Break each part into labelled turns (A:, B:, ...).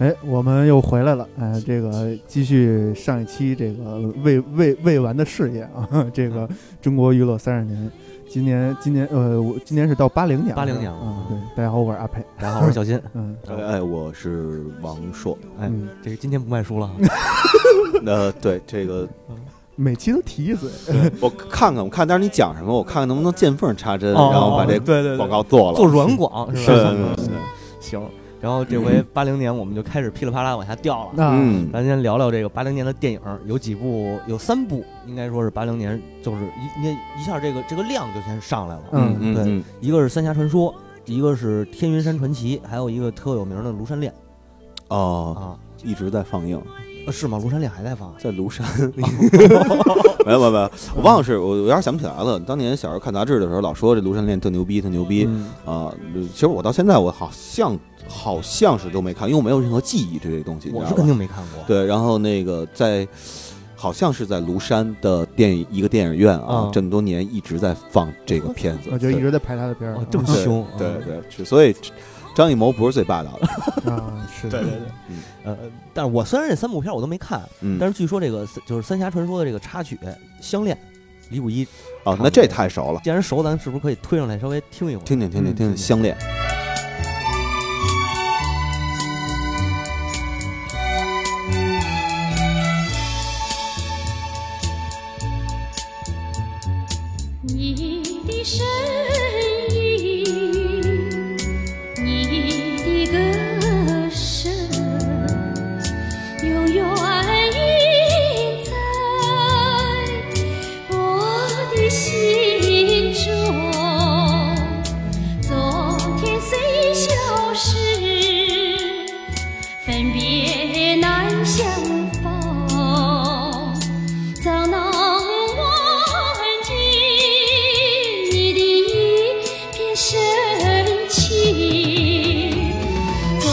A: 哎，我们又回来了，呃，这个继续上一期这个未未未完的事业啊， 这个中国娱乐三十年，今年今年呃，我今年是到八零年了，
B: 80年了嗯
A: 啊、对，大家好，我是阿佩，
B: 大家好，我是小 新。
A: 嗯
C: 哎哎，我是王硕。
B: 哎，
A: 嗯，
B: 这个今天不卖书了，
C: 呃，对这个，
A: 每期都提一嘴，
C: 我看看，我看，但是你讲什么，我看看能不能见缝插 针，
B: 哦
C: 然后把这
B: 对对对
C: 广告做了。
B: 做软广啊是啊
C: 是
B: 吧？
C: 是啊是，
B: 行，然后这回八零年我们就开始噼里啪啦往下掉了。
A: 那、
C: 嗯，
B: 咱先聊聊这个八零年的电影，有几部，有三部，应该说是八零年，就是一你看一下这个这个量就先上来了。
C: 嗯嗯
B: 对
C: 嗯，
B: 一个是《三峡传说》，一个是《天云山传奇》，还有一个特有名的《庐山恋》
C: 哦，
B: 啊，
C: 一直在放映，
B: 呃是吗？《庐山恋》还在放？啊
C: 在 庐山。没有没有没有，我忘了是我，我有点想不起来了。当年小时候看杂志的时候，老说这庐山恋特牛逼，特牛逼
B: 嗯
C: 啊。其实我到现在，我好像好像是都没看，因为我没有任何记忆对这东西，你知
B: 我
C: 道
B: 是
C: 吧
B: 肯定没看过。
C: 对，然后那个在，好像是在庐山的电影一个电影院啊，
B: 嗯
C: 这么多年一直在放这个片子，
A: 我啊就一
C: 对
A: 直在嗯排他的边儿、
B: 哦，这么
C: 对
B: 凶啊。
C: 对对是所以张艺谋不是最霸道的，
A: 啊，是，
B: 对对对，呃，但是我虽然这三部片我都没看，
C: 嗯，
B: 但是据说这个就是《三峡传说》的这个插曲《相恋》，李谷一，
C: 哦，那这太熟了，
B: 既然熟，咱是不是可以推上来稍微听一会儿？
C: 听听听听听听
A: 嗯
C: 相恋，
D: 你的身影，你的歌声，永远印在我的心中。昨天虽消失，分别难相逢。怎能忘记你的一片深情？昨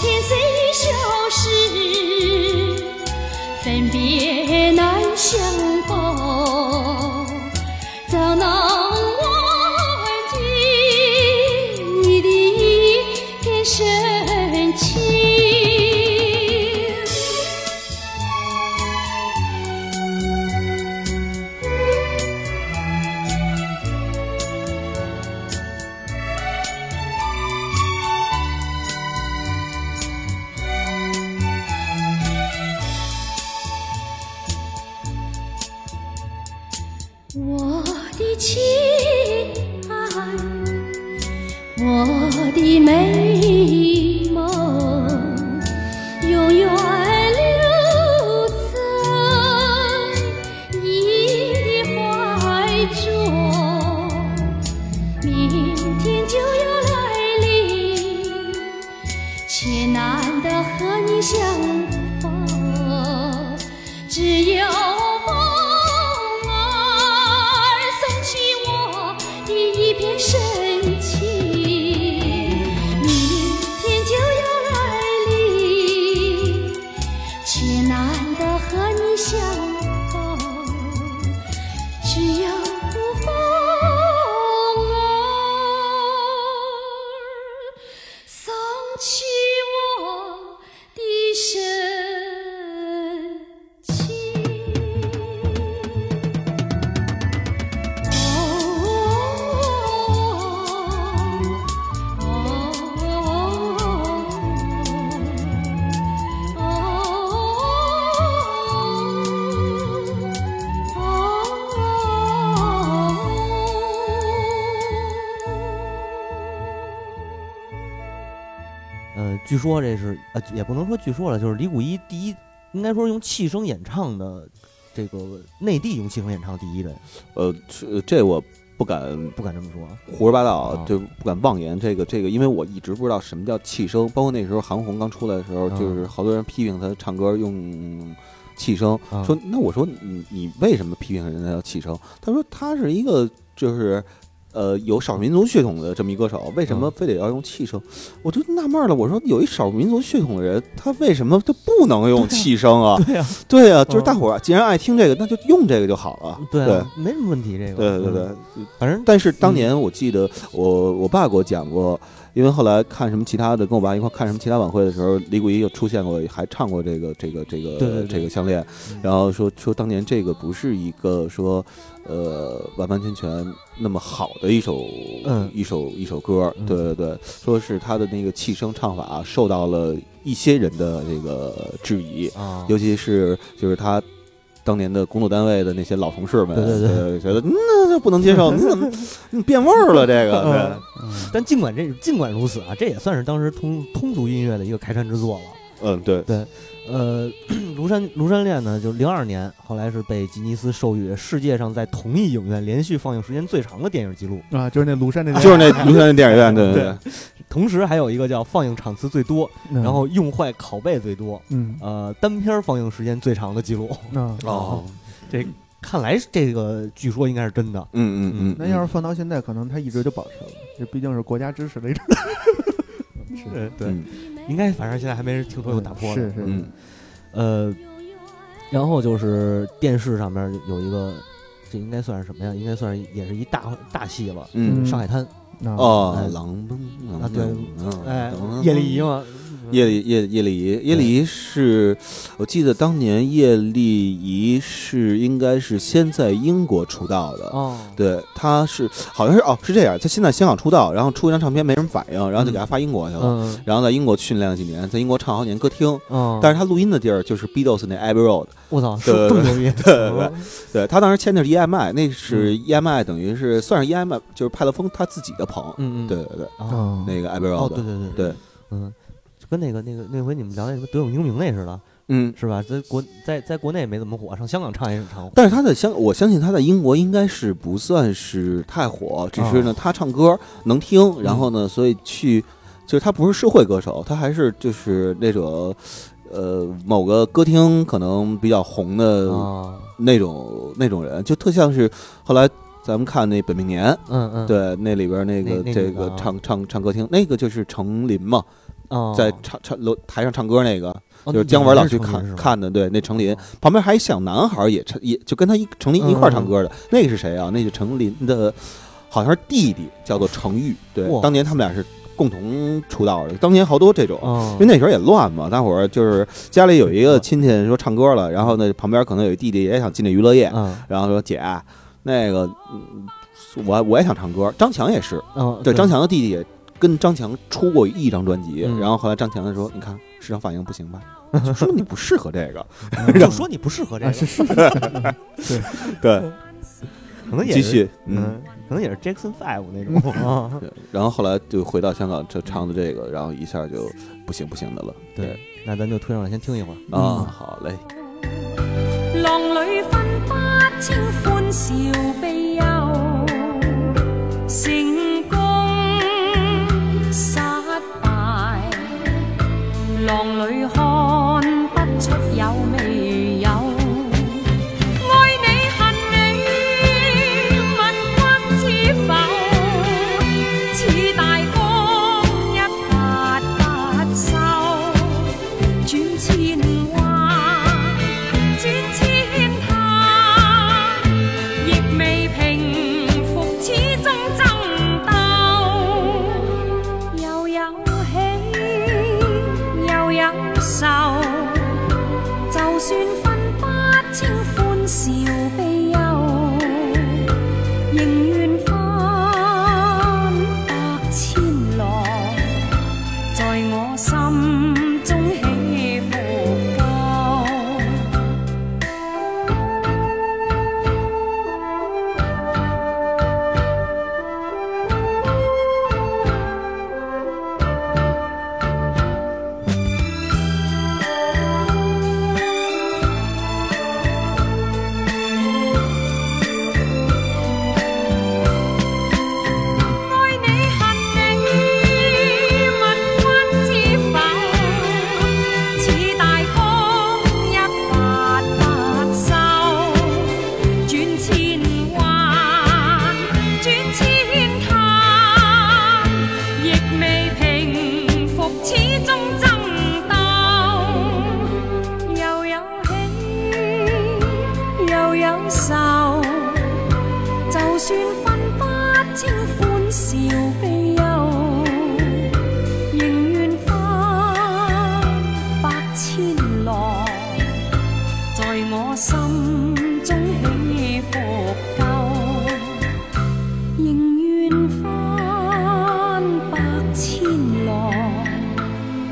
D: 天虽消失，分别难相逢。怎能忘记你的一片深情？我的亲爱，我的美梦，永远留在你的怀中。明天就要来临，却难得和你相逢，只有风儿送去我的一片深情。明天就要来临，却难得和你相逢。只有风儿送去我的深情。哦哦哦哦哦，
B: 呃，据说这是呃，也不能说据说了，就是李谷一第一，应该说用气声演唱的这个内地用气声演唱第一的，
C: 呃，这这我不敢
B: 不敢这么说。
C: 胡说八道
B: 啊
C: 啊，就不敢妄言这个这个，因为我一直不知道什么叫气声，包括那时候韩红刚出来的时候，
B: 啊
C: 就是好多人批评她唱歌用气声，
B: 啊
C: 说那我说你你为什么批评人家叫气声？他说他是一个就是。呃，有少数民族血统的这么一歌手，为什么
B: 嗯
C: 非得要用气声？我就纳闷了，我说有一少数民族血统的人，他为什么就不能用气声啊？
B: 对呀、
C: 对呀、就是
B: 嗯
C: 大伙儿既然爱听这个，那就用这个就好了。
B: 对
C: 对
B: 啊，没什么问题。这个，
C: 对对对
B: 嗯，反正
C: 但是当年我记得我我爸给我讲过，因为后来看什么其他的，跟我爸一块看什么其他晚会的时候，李谷一又出现过，还唱过这个这个这个
B: 对对对
C: 这个项链，
B: 嗯
C: 然后说说当年这个不是一个说呃完完全全那么好的一首、
B: 嗯
C: 一首一首歌，
B: 嗯
C: 对对对，说是他的那个气声唱法啊受到了一些人的这个质疑，
B: 啊，
C: 尤其是就是他。当年的工作单位的那些老同事们，
B: 对对对
C: 觉得嗯那这不能 接受，你怎么你变味儿了？这个，对
A: 嗯
B: 啊但尽管这尽管如此啊，这也算是当时通通俗音乐的一个开山之作了。
C: 嗯，对，
B: 呃， 庐山庐山恋呢，就零二年，后来是被吉尼斯授予世界上在同一影院连续放映时间最长的电影记录，
A: 啊，就是那庐山那家，
C: 就是那庐山那电影院，对对对，
B: 同时还有一个叫放映场次最多，
A: 嗯
B: 然后用坏拷贝最多，
A: 嗯
B: 呃，单片放映时间最长的记录。
A: 啊，
C: 哦，
B: 看来这个据说应该是真的。
C: 嗯嗯嗯，
A: 那要是放到现在，可能他一直就保持了，这毕竟是国家支持 的一种。 是，
B: 嗯，对，
C: 嗯
B: 应该反正现在还没人听说有打破的。
A: 是是
C: 嗯
B: 呃，然后就是电视上面有一个，这应该算是什么呀？应该算是也是一大大戏了，
C: 嗯
B: 上海滩》
A: 啊，
C: 哦
B: 哎，
C: 狼奔
B: 啊对
C: 嗯
B: 哎
C: 嗯，
B: 叶丽仪嘛，
C: 叶丽叶叶丽仪，叶丽仪是，我记得当年叶丽仪是应该是先在英国出道的，
B: 哦，
C: 对，她是好像是哦是这样，她先在香港出道，然后出一张唱片没什么反应，然后就给她发英国去了，
B: 嗯
C: 然后在英国训练了几年，在英国唱好几年歌厅，
B: 嗯，
C: 但是她录音的地儿就是 Beatles 那 Abbey Road，
B: 我操，是
C: 对
B: 更
C: 对
B: 牛逼，对
C: 对对他当时签的是 EMI，那是
B: 嗯
C: EMI 等于是算是 EMI，就是派勒峰他自己的棚。
B: 嗯嗯，
C: 对对对，
B: 啊，
A: 哦，
C: 那个 a b e r o
B: 哦
C: d
B: 对对对
C: 对，
B: 嗯，就跟那个那个那回你们聊那什么德永英明那似的，
C: 嗯，
B: 是吧？在国在在国内没怎么火，上香港唱也是唱火，
C: 但是他在香，我相信他在英国应该是不算是太火，只
B: 啊
C: 是呢他唱歌能
B: 嗯
C: 听，然后呢，所以去就是他不是社会歌手，他还是就是那种。呃，某个歌厅可能比较红的
B: 啊，
C: 那种、那种人，就特像是后来咱们看那《本命年》，
B: 嗯嗯，
C: 对，那里边那个
B: 那那
C: 这
B: 女的
C: 个
B: 啊
C: 唱唱唱歌厅，那个就是程琳嘛，
B: 哦，
C: 在唱唱楼台上唱歌那个，
B: 哦
C: 就是姜文老去，
B: 那你还是成
C: 看
B: 人是吧
C: 看的，对，那程琳旁边还有小男孩也唱，也就跟他一程琳一块儿唱歌的，
B: 嗯
C: 那个是谁啊？那是程琳的，好像是弟弟，叫做程昱，对
B: 哇，
C: 当年他们俩是共同出道的，当年好多这种。
B: 哦，
C: 因为那时候也乱嘛，大伙儿就是家里有一个
B: 乱
C: 亲戚说唱歌了，然后呢旁边可能有一弟弟也想进这娱乐业，
B: 嗯
C: 然后说姐，啊那个嗯我我也想唱歌，张强也是，
B: 嗯，
C: 对，张强的弟弟也跟张强出过一张专辑，
B: 嗯
C: 然后后来张强就说：“你看市场反应不行吧，就说你不适合这个。
B: 就说你不适合这
A: 啊
B: 个，
A: 是是，”
C: 对，
B: 可能也
C: 继
B: 是，
C: 续，嗯
B: 嗯，，可能也是 Jackson Five 那种啊，
C: 对然后后来就回到香港，就唱的这个，然后一下就不行不行的了。
B: 对，那咱就推上来先听一会儿。
C: 啊，好嘞，
D: 浪里分不清欢笑悲忧，成功失败，浪里看不出有未有。爱你恨你，问君知否？似大江一发不收，转千弯。转千下，亦未平复，始终争斗。又有喜，又有愁，就算分不清欢笑悲忧，仍愿翻百千浪，在我心中起伏高。爱你恨你，问君知否？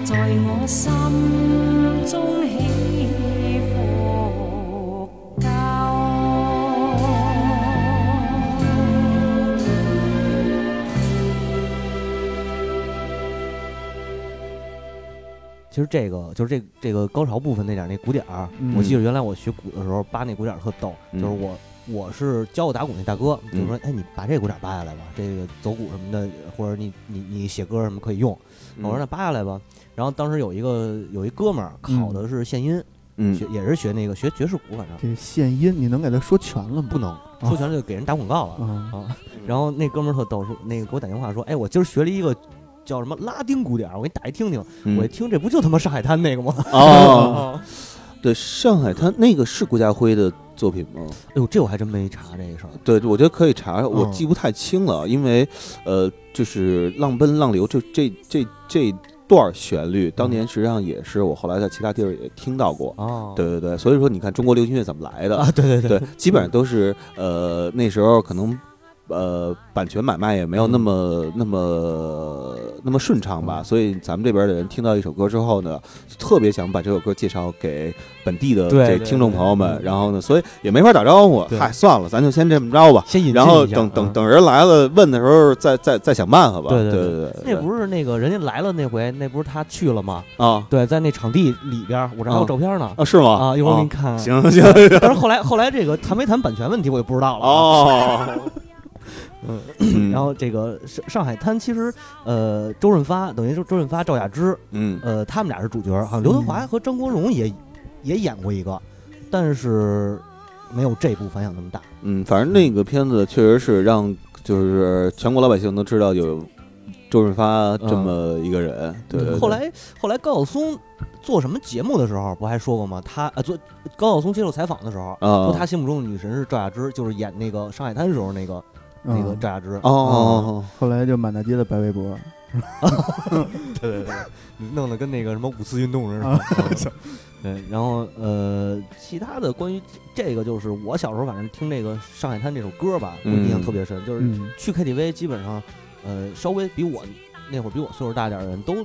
D: 在我心中起伏交。
B: 其实这个就是这这个高潮部分那点儿那鼓点儿，
A: 嗯
B: 我记得原来我学鼓的时候扒那鼓点儿特逗，
C: 嗯
B: 就是我我是教我打鼓那大哥，
C: 嗯
B: 就说哎你把这鼓点儿扒下来吧，这个走鼓什么的，或者你你你写歌什么可以用。
C: 嗯
B: 我说那扒下来吧。然后当时有一个有一哥们儿考的是献音，
C: 嗯哦
B: 学也是学那个学爵士鼓，反正
A: 这献音，你能给他说全了吗？
B: 不能说全了就给人打广告了。
C: 哦
A: 啊，
B: 啊，然后那哥们儿特逗，说那个给我打电话说，哎，我今儿学了一个叫什么拉丁鼓点儿，我给你打一听听。
C: 嗯
B: 我一听，这不就他妈上海滩那个吗？
C: 哦， 对，上海滩那个是顾家辉的作品吗？
B: 哎呦，这我还真没查这个事儿。
C: 对，我觉得可以查查，我
B: 嗯
C: 记不太清了，因为呃，就是《浪奔浪流》这这这这段旋律，当年实际上也是我后来在其他地儿也听到过。
B: 哦，
C: 对对对，所以说你看中国流行音乐怎么来的？
B: 啊，对对对，
C: 对，基本上都是呃那时候可能呃版权买卖也没有那么、那么那么顺畅吧，
B: 嗯
C: 所以咱们这边的人听到一首歌之后呢，特别想把这首歌介绍给本地的
B: 对
C: 这
B: 对
C: 听众
B: 对
C: 朋友们，
B: 嗯
C: 然后呢，所以也没法打招呼，
B: 对
C: 嗨，算了，咱就先这么着吧。
B: 先引进
C: 然后
B: 一下
C: 等等
B: 嗯
C: 等人来了问的时候再，再再想办法吧。
B: 对对
C: 对
B: 对
C: 对，
B: 那不是那个人家来了那回，那不是他去了吗？
C: 啊
B: 对，在那场地里边儿，我这还有
C: 嗯
B: 照片呢。
C: 啊是吗？
B: 啊，一会儿我给
C: 啊
B: 你看。，
C: 行行
B: 但是后来后来这个谈没谈版权问题，我就不知道了。，
C: 哦，
B: 嗯，
C: 嗯
B: 然后这个上上海滩其实，呃，周润发等于说周润发、赵雅芝，
C: 嗯
B: 呃，他们俩是主角，好像刘德华和张国荣也、也演过一个，但是没有这部反响那么大。
C: 嗯，反正那个片子确实是让就是全国老百姓都知道有周润发这么一个人。对对对
B: 嗯后来后来高晓松做什么节目的时候，不还说过吗？他啊，做高晓松接受采访的时候。
C: 啊
B: 说，他心目中的女神是赵雅芝，就是演那个《上海滩》时候那个、那个
A: 嗯
B: 赵雅芝。
C: 哦哦
A: 后来就满大街的白围脖，
B: 对对对， 弄得跟那个什么五四运动似
C: 啊
B: 的。 对，然后呃，其他的关于这个，就是我小时候反正听这个《上海滩》这首歌吧，我印象
C: 嗯
B: 特别深，就是
A: 嗯，
B: 去 KTV 基本上，呃，稍微比我那会儿比我岁数大点儿的人都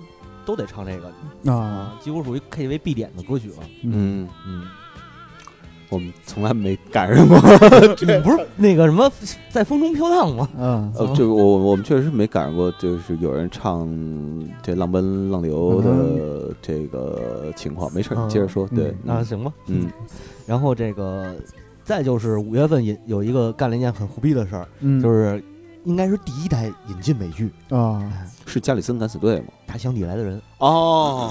B: 都得唱这个
A: 啊，
B: 啊，几乎属于 KTV 必点的歌曲了。
C: 嗯，
B: 嗯，
C: 我们从来没赶上过，
B: 你们不是那个什么在风中飘荡吗？
A: 啊，
C: 呃， 就我我们确实是没赶上过，就是有人唱这浪奔浪
B: 嗯
C: 流的这个情况。没事儿，你接着说。对，
B: 啊，行吧。
C: 嗯
B: 然后这个再就是五月份也有一个干了一件很胡逼的事儿，
A: 嗯，
B: 就是应该是第一代引进美剧
A: 啊，
C: 是加里森敢死队吗？
B: 《大乡里来的人》，
C: 哦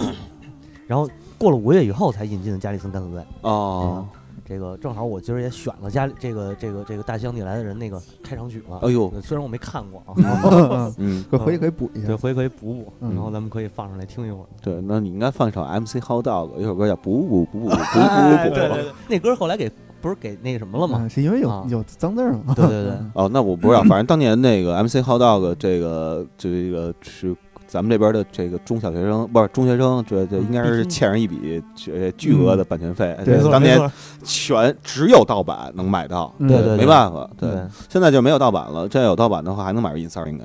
B: 然后过了五月以后才引进的《加里森敢死队》。
C: 哦，
B: 这个正好我今儿也选了家里这个这个这个《大乡里来的人》那个开场曲了。
C: 哎呦，
B: 虽然我没看过啊，
A: 嗯
C: 嗯，
A: 可回去可以补一
B: 呃对，
A: 下，
B: 回去可以补补，
A: 嗯
B: 然后咱们可以放上来听一会儿。
C: 对，那你应该放一首 MC Hot Dog，一首歌叫补补补补补补
B: 哎
C: 补
B: 对对
C: 补。
B: 对，那歌后来给不是给那个什么了吗？
A: 啊是因为
B: 啊
A: 有有脏字儿吗？
B: 对对对
A: 嗯
C: 哦，那我不知道，反正当年那个 MC Hot Dog 这个这个是咱们这边的这个中小学生，不是中学生，这这应该是欠人一笔巨巨额的版权费。
A: 对
C: 这
A: 没错
C: 当年全只有盗版能买到，
A: 嗯
B: 对对
C: 没办法。
B: 对，
C: 现在就没有盗版了，这要有盗版的话还能买个印三儿应该。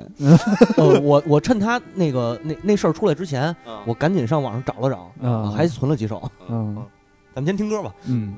B: 呃，我我趁他那个那那事儿出来之前，我赶紧上网上找了找，
A: 啊，
B: 还存了几首。
A: 嗯
B: 咱们先听歌吧。
A: 嗯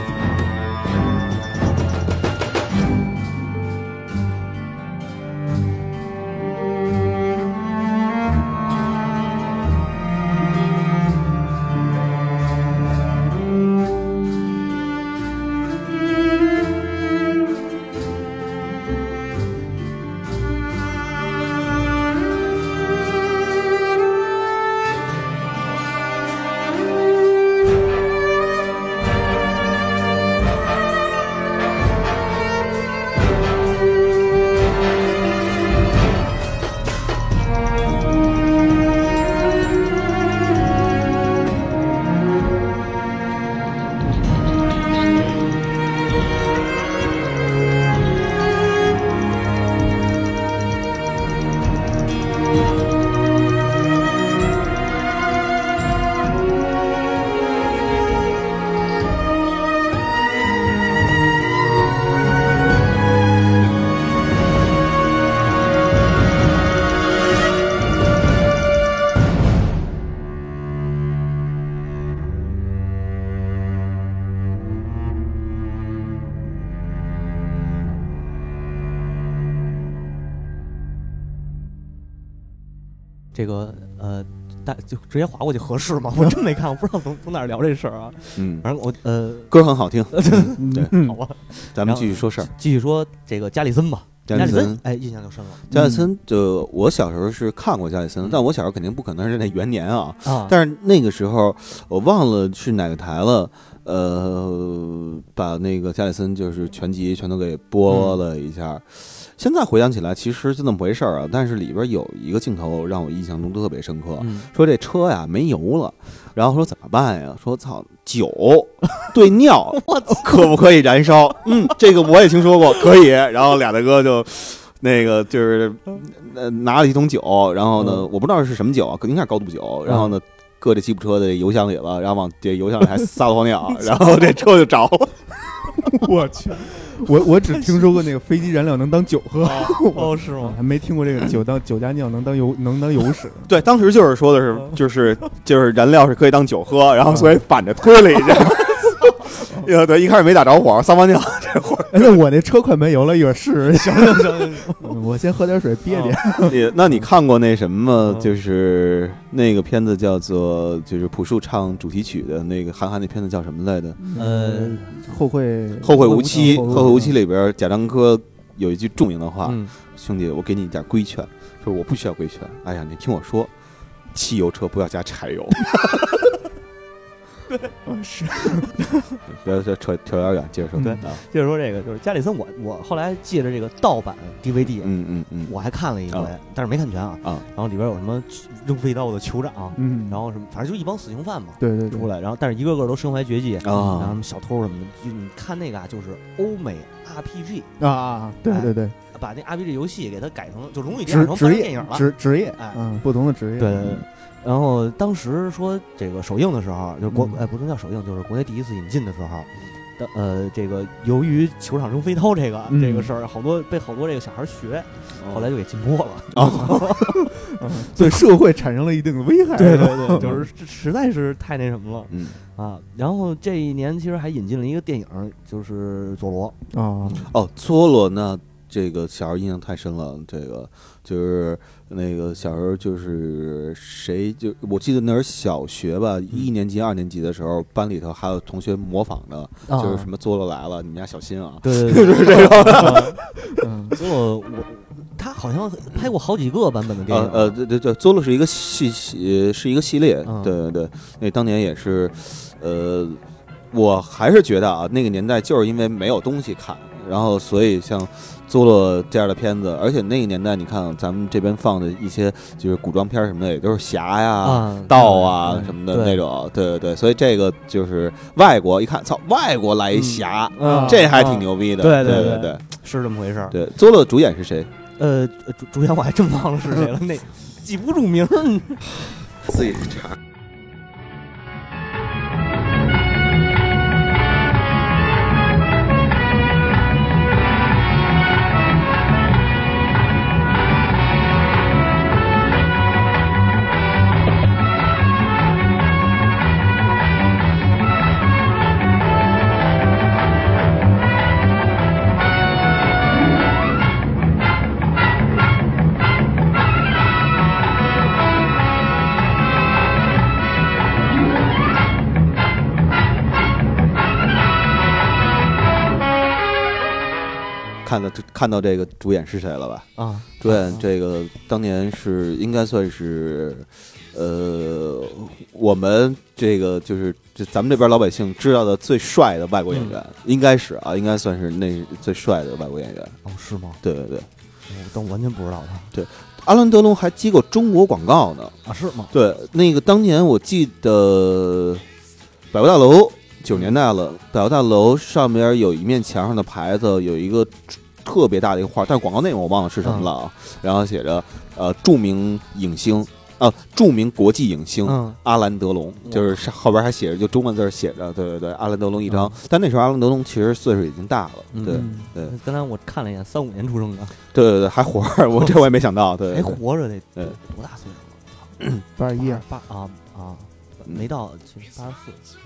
D: 我
B: 这个呃，大就直接划过去合适吗？ 我真没看，我不知道从从哪儿聊这事儿啊。
C: 嗯，
B: 反正我呃，
C: 歌很好听，对
A: 嗯
B: 好吧，
C: 咱们继续说事儿。
B: 继续说这个加里森吧。
C: 加
B: 加
C: 里
B: 里
C: 森
B: 森，，哎，印象就深了
C: 加里森，就我小时候是看过加里森的，
B: 嗯
C: 但我小时候肯定不可能是那元年啊。
B: 啊。
C: 但是那个时候我忘了是哪个台了，呃，把那个加里森就是全集全都给播了一下。现在回想起来，其实就那么回事儿啊。但是里边有一个镜头让我印象中特别深刻，
B: 嗯，
C: 说这车呀没油了，然后说怎么办呀？说操，酒兑尿，可不可以燃烧？嗯，这个我也听说过，可以。然后俩大哥就。那个就是，呃，拿了一桶酒，然后呢，
B: 嗯
C: 我不知道是什么酒啊，应该是高度酒。然后呢，搁这吉普车的油箱里了，然后往这油箱里还撒了泡尿，然后这车就着了。
A: 我去， 我我只听说过那个飞机燃料能当酒喝，
B: 哦，是
A: 我
B: 吗？
A: 还没听过这个酒当酒加尿能当油能当油 使。
C: 对，当时就是说的是，就是就是燃料是可以当酒喝，然后所以反着推了一下。 呃，对，一开始没打着火，撒泡尿，这火
A: 哎，那我那车快没油了，一会儿试试。
B: 行行行行，
A: 嗯我先喝点水憋憋。
C: 你那你看过那什么，
B: 嗯
C: 就是那个片子叫做就是朴树唱主题曲的那个韩寒那片子叫什么来着？
B: 呃，
A: 后会
C: 《后会无期》《
A: 嗯后
C: 后会无期》里边贾樟柯有一句著名的话：“
B: 嗯，
C: 兄弟，我给你一点规劝，说我不需要规劝。哎呀，你听我说，汽油车不要加柴油，
A: 嗯是
C: 不要再扯扯遥远，接着说。”
A: 对
C: 啊，
B: 接着说这个，就是加里森我，我后来借着这个盗版 DVD，
C: 嗯嗯嗯，
B: 我还看了一回
C: 啊，
B: 但是没看全啊。
C: 啊
B: 然后里边有什么扔飞刀的酋长，
A: 嗯，
B: 然后什么，反正就一帮死刑犯嘛
A: 对对对
B: 出，来，然后但是一个个都身怀绝技，然后什
C: 啊，
B: 么小偷什么的，就你看那个啊，就是欧美 RPG，
A: 啊啊，对
B: 哎
A: 对对，
B: 把那 RPG 游戏给它改成就荣誉
A: 职
B: 改成
A: 职
B: 电影
A: 业
B: 了。
A: 职职业
B: 哎，
A: 嗯，不同的职业，
B: 对对对。然后当时说这个首映的时候，就是国
A: 嗯
B: 哎不能叫首映，就是国内第一次引进的时候。的呃，这个由于球场扔飞刀这个、这个
A: 嗯
B: 事儿，好多被好多这个小孩学，后来就给禁播了。
A: 嗯对社会产生了一定的危害。
B: 对对对， 就是实实在是太那什么了
C: 嗯
B: 啊！然后这一年其实还引进了一个电影，就是佐罗，
A: 啊，
C: 哦，佐罗呢？这个小时候印象太深了，这个就是那个小时候就是谁就我记得那时候小学吧，一年级、二年级的时候，班里头还有同学模仿的，
B: 啊
C: 就是什么佐罗来了，你们家小心啊！
B: 对对对， 就是这个。
A: 嗯
B: 佐罗，我他好像拍过好几个版本的电
C: 呃
B: 影，
C: 呃，对对对，佐罗是一个系系是一个系列，
B: 嗯
C: 对对对，那当年也是，呃，我还是觉得啊，那个年代就是因为没有东西看，然后所以像佐罗这样的片子，而且那个年代你看啊咱们这边放的一些就是古装片什么的，也都是侠呀。
B: 啊，
C: 道啊
B: 嗯
C: 什么的
B: 对
C: 那种，对对对，所以这个就是外国一看，操，外国来一侠，
B: 嗯
C: 这还挺牛逼的。
B: 对
C: 对
B: 对
C: 对
B: 对是这么回事儿。
C: 对，佐罗主演是谁？
B: 呃，主主演我还真忘了是 谁了，那记不住名儿。
C: 自己查。看到看到这个主演是谁了吧？
B: 啊，
C: 主演这个当年是应该算是，呃，我们这个就是这咱们这边老百姓知道的最帅的外国演员，应该是啊，应该算是那最帅的外国演员。
B: 哦是吗？哦
C: 对对对，
B: 我但我完全不知道他
C: 阿兰德隆还接过中国广告呢。
B: 啊是吗？
C: 对，那个当年我记得百货大楼九十年代了，百货大楼上面有一面墙上的牌子有一个特别大的一个画，但是广告内容我忘了是什么了啊。
B: 嗯
C: 然后写着呃著名影星啊，著名国际影星。
B: 嗯，
C: 阿兰德龙就是上后边还写着，就中文字儿写着，对对对，阿兰德龙一张。但那时候阿兰德龙其实岁数已经大了，
B: 嗯
C: 对
A: 嗯
B: 刚才我看了一眼，三五年出生的，
C: 对对对，还活着，我这我也没想到，对
B: 还
C: 对对
B: 活着得
C: 对
B: 多大岁数？
A: 八十一啊
B: 八啊啊，
C: 嗯
B: 没到，其实八十四。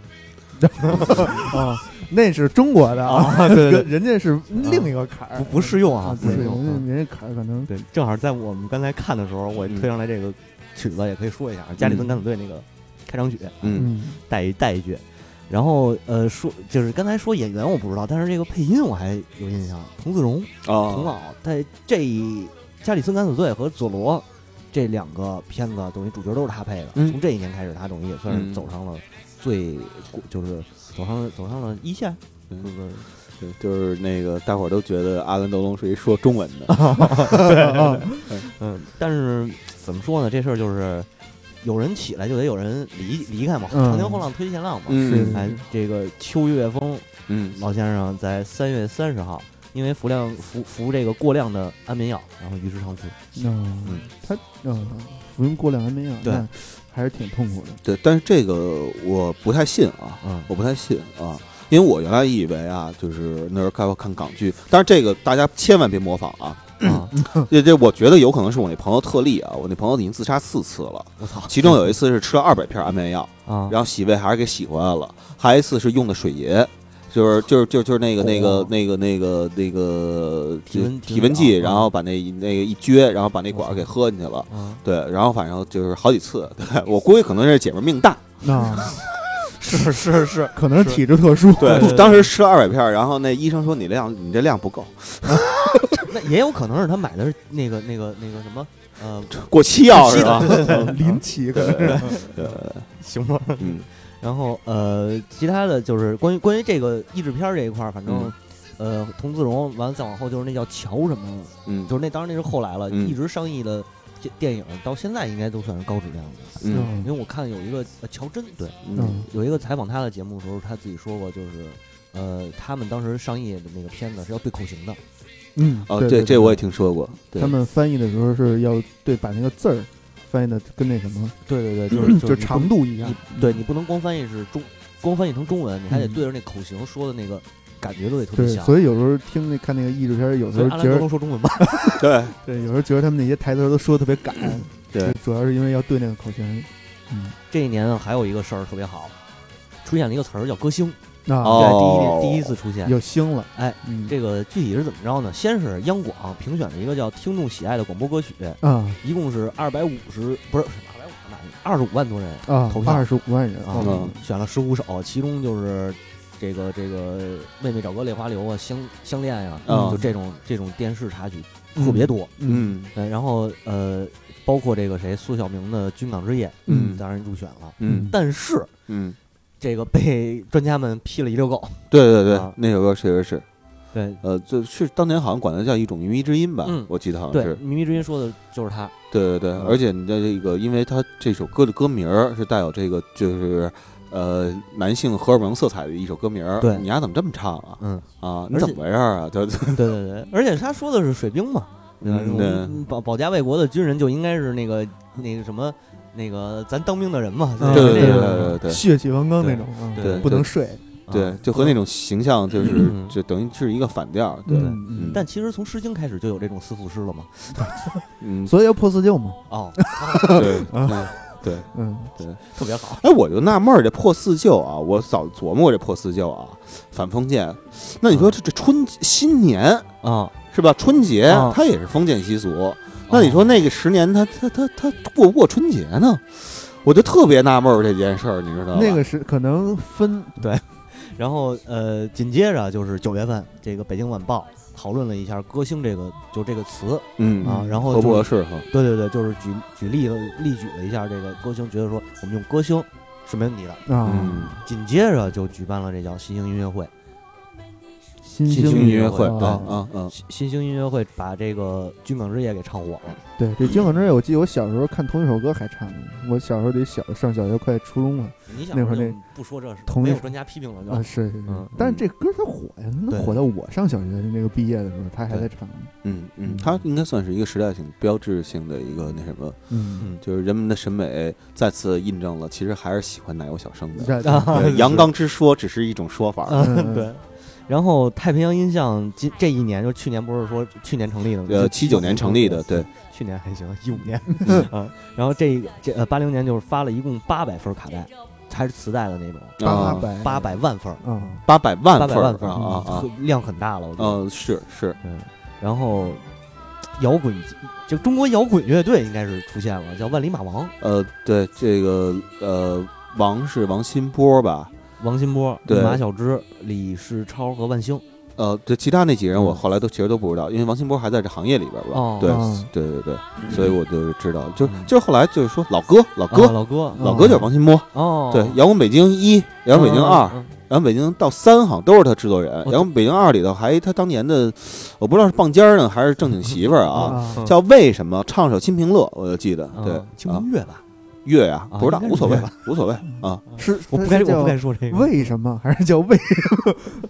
A: 啊，那是中国的啊，
B: 对对对
A: 人家是另一个坎儿，
B: 不不适用啊
A: 不适
B: 不适用
A: 用，人家人家坎儿可能
C: 嗯
B: 对，正好在我们刚才看的时候，我也推上来这个曲子也可以说一下，《加里顿敢死队》那个开场曲，
C: 嗯
A: 嗯
B: 带一带一句。然后呃，说就是刚才说演员我不知道，但是这个配音我还有印象，童自荣童
C: 啊，
B: 老在这《加里森敢死队》和《佐罗》这两个片子，等于主角都是他配的。
C: 嗯
B: 从这一年开始，他等于也算是走上了最，就是走上了走上了一线，
C: 嗯
B: 就是
C: 对就是那个大伙儿都觉得阿兰德龙是一说中文的，
B: 嗯，但是怎么说呢？这事儿就是有人起来就得有人离离开嘛，
A: 嗯
B: 长江后浪推前浪嘛。
A: 是
B: 哎，这个秋月风
C: 嗯
B: 老先生在三月三十号，因为服量服服这个过量的安眠药，然后于是上次
A: 嗯，他嗯服用过量安眠药，
B: 对
A: 那还是挺痛苦 的。
C: 对，但是这个我不太信啊，
B: 嗯
C: 我不太信啊，因为我原来以为啊，就是那时候看看港剧，但是这个大家千万别模仿啊，
B: 啊，
C: 这这我觉得有可能是我那朋友特例啊，我那朋友已经自杀四次了，
B: 我操
C: 其中有一次是吃了二百片安眠药，
B: 啊，
C: 然后洗胃还是给洗回来了，还有一次是用的水银。就是就是就是就是那个那个
B: 哦
C: 那个那个那个
B: 体温
C: 体温计，
B: 体温计啊
C: 然后把那一那个一撅，然后把那管儿给喝进去了。
B: 啊
C: 对，然后反正就是好几次。对我估计可能是姐们儿命大，
A: 那
B: 是是是，
A: 可能是体质特殊，
B: 对对对
C: 当时吃了二百片儿，然后那医生说你量你这量不够，
B: 那也有可能是他买的是那个那个那个什么呃，
C: 过期药是吧？ 嗯
A: 临期可能是。
C: 对，
B: 行吧。
C: 嗯
B: 然后呃，其他的就是关于关于这个译制片儿这一块儿，反
C: 嗯
B: 正、呃，童自荣完了再往后就是那叫乔什么，
C: 嗯
B: 就是那当然那是后来了，
C: 嗯
B: 一直上映的这电影到现在应该都算是高质量的。
C: 嗯
B: 因为我看有一个、呃、乔真对，
C: 嗯
B: 有一个采访他的节目的时候，他自己说过就是。呃，他们当时上映的那个片子是要对口型的，
A: 嗯，
C: 哦，
A: 对
C: 对，这我也
A: 对
C: 听说过。对
A: 他们翻译的时候是要对把那个字儿翻译的跟那什么，
B: 对对对，
C: 嗯
B: 就是
A: 嗯就是
B: 你不
A: 长度一样
B: 你。对你不能光翻译是中，光翻译成中文，你还得
A: 嗯
B: 对着那口型说的那个感觉都得特别
A: 对，
B: 像。
A: 所以有时候听那看那个译制片儿，有时
B: 所以
A: 候
B: 阿
A: 觉
B: 兰德
A: 得
B: 龙说中文吧，
C: 对
A: 对，有时候觉得他们那些台词儿都说的特别赶，
C: 对，
A: 主要是因为要对那个口型。嗯，
B: 这一年还有一个事儿特别好，出现了一个词儿叫歌星，
A: 那
C: 哦
B: 对，第一第一次出现。
A: 有星了，
B: 哎，
A: 嗯，
B: 这个具体是怎么着呢？先是央广评选了一个叫“听众喜爱”的广播歌曲，
A: 啊
B: 一共是二百五十，不是二百五十万，二十五万多人
A: 啊
B: 投，票
A: 二十五万人
B: 啊，
C: 嗯
A: 哦
B: 选了十五首，其中就是这个这个妹妹找哥泪花流啊，相相恋呀、
C: 啊
B: 就这种这种电视插曲特别多。
A: 嗯
C: 嗯
B: 嗯，然后呃，包括这个谁苏小明的《军港之夜》，
C: 嗯
B: 当然入选了，
C: 嗯
B: 但是
C: 嗯，
B: 这个被专家们批了一溜够。
C: 对对对
B: 啊，
C: 那首歌确实是，
B: 对
C: 呃，就是当年好像管它叫一种靡靡之音吧
B: 嗯，
C: 我记得好像
B: 对，
C: 是。
B: 靡靡之音说的就是他。
C: 对对对，
B: 嗯
C: 而且你的这个，因为它这首歌的歌名儿是带有这个就是。呃，男性荷尔蒙色彩的一首歌名儿，
B: 对
C: 你丫怎么这么唱啊？
B: 嗯，
C: 啊，你
B: 而且
C: 怎么回事儿啊？就
B: 对对对，而且他说的是水兵嘛，对吧？
C: 嗯
B: 我
C: 对
B: 们保保家卫国的军人就应该是那个那个什么那个咱当兵的人嘛，
A: 嗯
B: 就
C: 对
B: 是那
C: 对对
B: 个
C: 对对对，
A: 血气方刚那种，啊
B: 对
A: 不能
C: 对
A: 睡。
B: 啊
C: 对，就和那种形象就是
B: 嗯
C: 就等于是一个反调，对，
A: 嗯
C: 嗯
B: 但其实从《诗经》开始就有这种思妇诗了嘛。
C: 嗯，
A: 所以要破四旧嘛，
B: 哦，
A: 啊
C: 对，嗯对。
A: 嗯，
B: 特别好。
C: 哎，我就纳闷儿，这破四旧啊，我早琢磨过这破四旧啊，反封建。那
A: 嗯
C: 你说这这春新年
B: 啊，
C: 是吧？春节
B: 啊
C: 它也是封建习俗。
A: 啊
C: 那你说那个十年，它它它它过不过春节呢？我就特别纳闷儿这件事儿，你知道吧？
A: 那个是可能分
B: 然后呃，紧接着就是九月份，这个《北京晚报》讨论了一下“歌星”这个就这个词
C: 嗯
B: 啊，然后
C: 合不合
B: 就是
C: 适哈？
B: 对对对，就是举举例了例举了一下这个歌星，觉得说我们用歌星是没问题的。
A: 啊，
C: 嗯，
B: 紧接着就举办了这叫新兴音乐会，
A: 新
B: 新
C: 听
B: 兴
A: 兴
C: 音乐会，
A: 啊
C: 对啊啊，
B: 新新兴音乐会把这个《军港之夜》给唱火了。
A: 对，这《金港之夜》，我记得我小时候看同一首歌还唱呢。我小时候得小上小学快初中了
B: 你想
A: 那会儿
B: 就
A: 那
B: 不说这事，
A: 同一
B: 没有
A: 首
B: 专家批评了就
A: 啊，是是
B: 嗯
A: 是。但是这歌它火呀，
B: 对
A: 那火到我上小学那个毕业的时候，它还在唱呢。
C: 嗯嗯，它应该算是一个时代性、标志性的一个那什么，
A: 嗯，
C: 就是人们的审美再次印证了，其实还是喜欢奶油小生的。
A: 这
B: 啊
C: 嗯对阳刚之说只是一种说法，
A: 嗯
B: 对。然后太平洋音像今这一年，就去年不是说去年成立的吗？
C: 呃，
B: 就
C: 七九年成立的，对，，嗯
B: 去年还行，一五年 啊。然后这个这呃八零年就是发了一共八百份卡带，还是磁带的那种，
A: 八
C: 啊
A: 百
B: 八百万份儿，
A: 啊，
C: 八百万
B: 八
C: 份
B: 百
C: 儿
B: 万份
C: 啊
B: 儿嗯
C: 啊啊，
B: 量很大了，我觉得。
C: 呃，是是，
B: 嗯，然后摇滚，就中国摇滚乐队应该是出现了，叫万里马王，
C: 呃，对，这个呃，王是王新波吧？
B: 王新波、
C: 对
B: 马小芝、李世超和万兴。
C: 呃，对，其他那几人我
B: 嗯
C: 后来都其实都不知道，因为王新波还在这行业里边吧？
B: 哦
C: 对
A: 哦，
C: 对对对，所以我就知道，就
B: 嗯
C: 就是后来就是说老哥，老哥，
B: 啊老哥，
C: 老哥就是王新波。
B: 哦，
C: 对，摇滚北京一、摇滚北京二、
B: 嗯，
C: 摇滚北京到三，好像都是他制作人。
B: 哦
C: 摇滚北京二里头还他当年的，我不知道是棒尖儿呢还是正经媳妇儿 啊，
A: 啊
B: 嗯
C: 叫为什么唱首《清平乐》，我就记得，
B: 嗯嗯
C: 对，
B: 轻
C: 啊
B: 音乐吧，
C: 乐呀，
B: 啊
C: 不知道
B: 应该是
C: 无所谓
B: 乐
C: 吧，无所谓啊。
A: 是
B: 我不该，
A: 他
B: 我不该
A: 叫
B: 说这个。
A: 为什么还是叫为？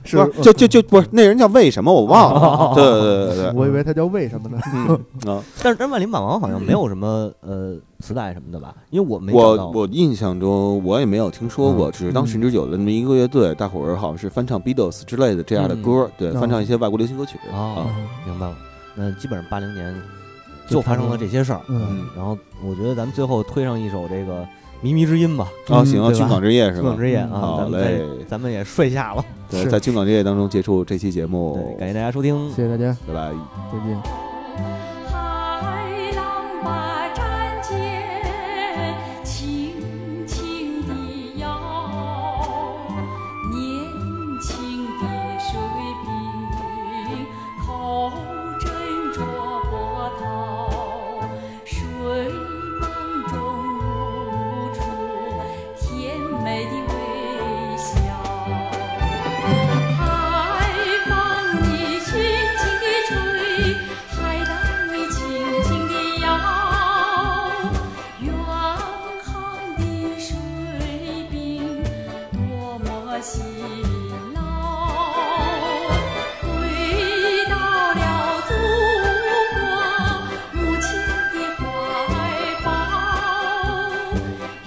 A: 是
C: 不
B: 嗯
C: 就就就不是那人叫为什么我忘
B: 哦
C: 了，对对对对对，
A: 我以为他叫为什么呢？
C: 嗯啊，
B: 但是《万里马王》好像没有什么呃磁带什么的吧？因为我没找
C: 我
B: 到。
C: 我印象中我也没有听说过，只是当
A: 嗯
C: 时之久的那么一个乐队，大伙儿好像是翻唱 Beatles 之类的这样的
B: 嗯
C: 歌，对，
A: 哦
C: 翻唱一些外国流行歌曲
B: 哦
C: 啊，
B: 明白了，那基本上八零年
A: 就
B: 就发生了这些事儿。
A: 嗯
B: 然后我觉得咱们最后推上一首这个《靡靡之音》吧，
C: 啊，
A: 嗯
C: 行啊，
B: 对吧
C: 军港之夜
B: 《
C: 是
B: 春
C: 吧
B: 光？之夜》
A: 嗯
B: 啊，
C: 好
B: 咱们在
C: 嘞
B: 咱们也睡下了。
C: 对，
A: 是
C: 在军港之夜当中结束这期节
B: 对，
C: 目，
B: 感谢大家收听。
A: 谢谢大家，
C: 拜拜。
A: 再见。
D: 海浪把战舰轻轻地摇，年轻的水兵口斟酌波涛，睡梦中露出甜美的微笑。海风你轻轻地吹，海浪你轻轻地摇，远航的水兵多么辛劳，回到了祖国母亲的怀抱，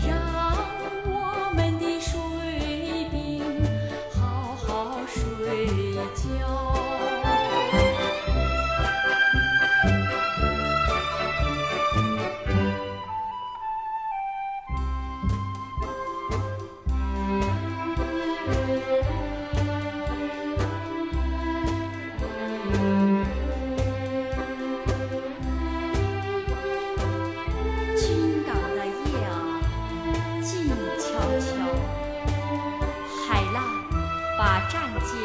D: 让我们的水兵好好睡觉。青岛的夜啊，静悄悄，海浪把战舰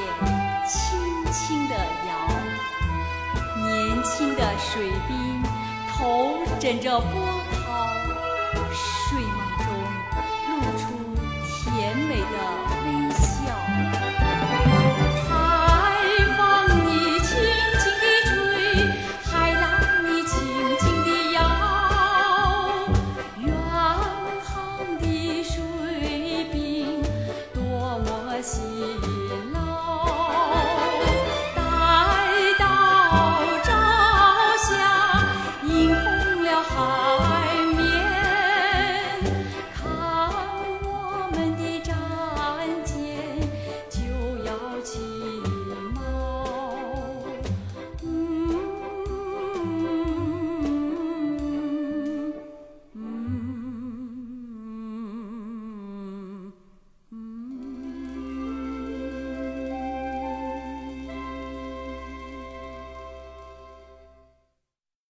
D: 轻轻地摇，年轻的水兵头枕着波嗯嗯嗯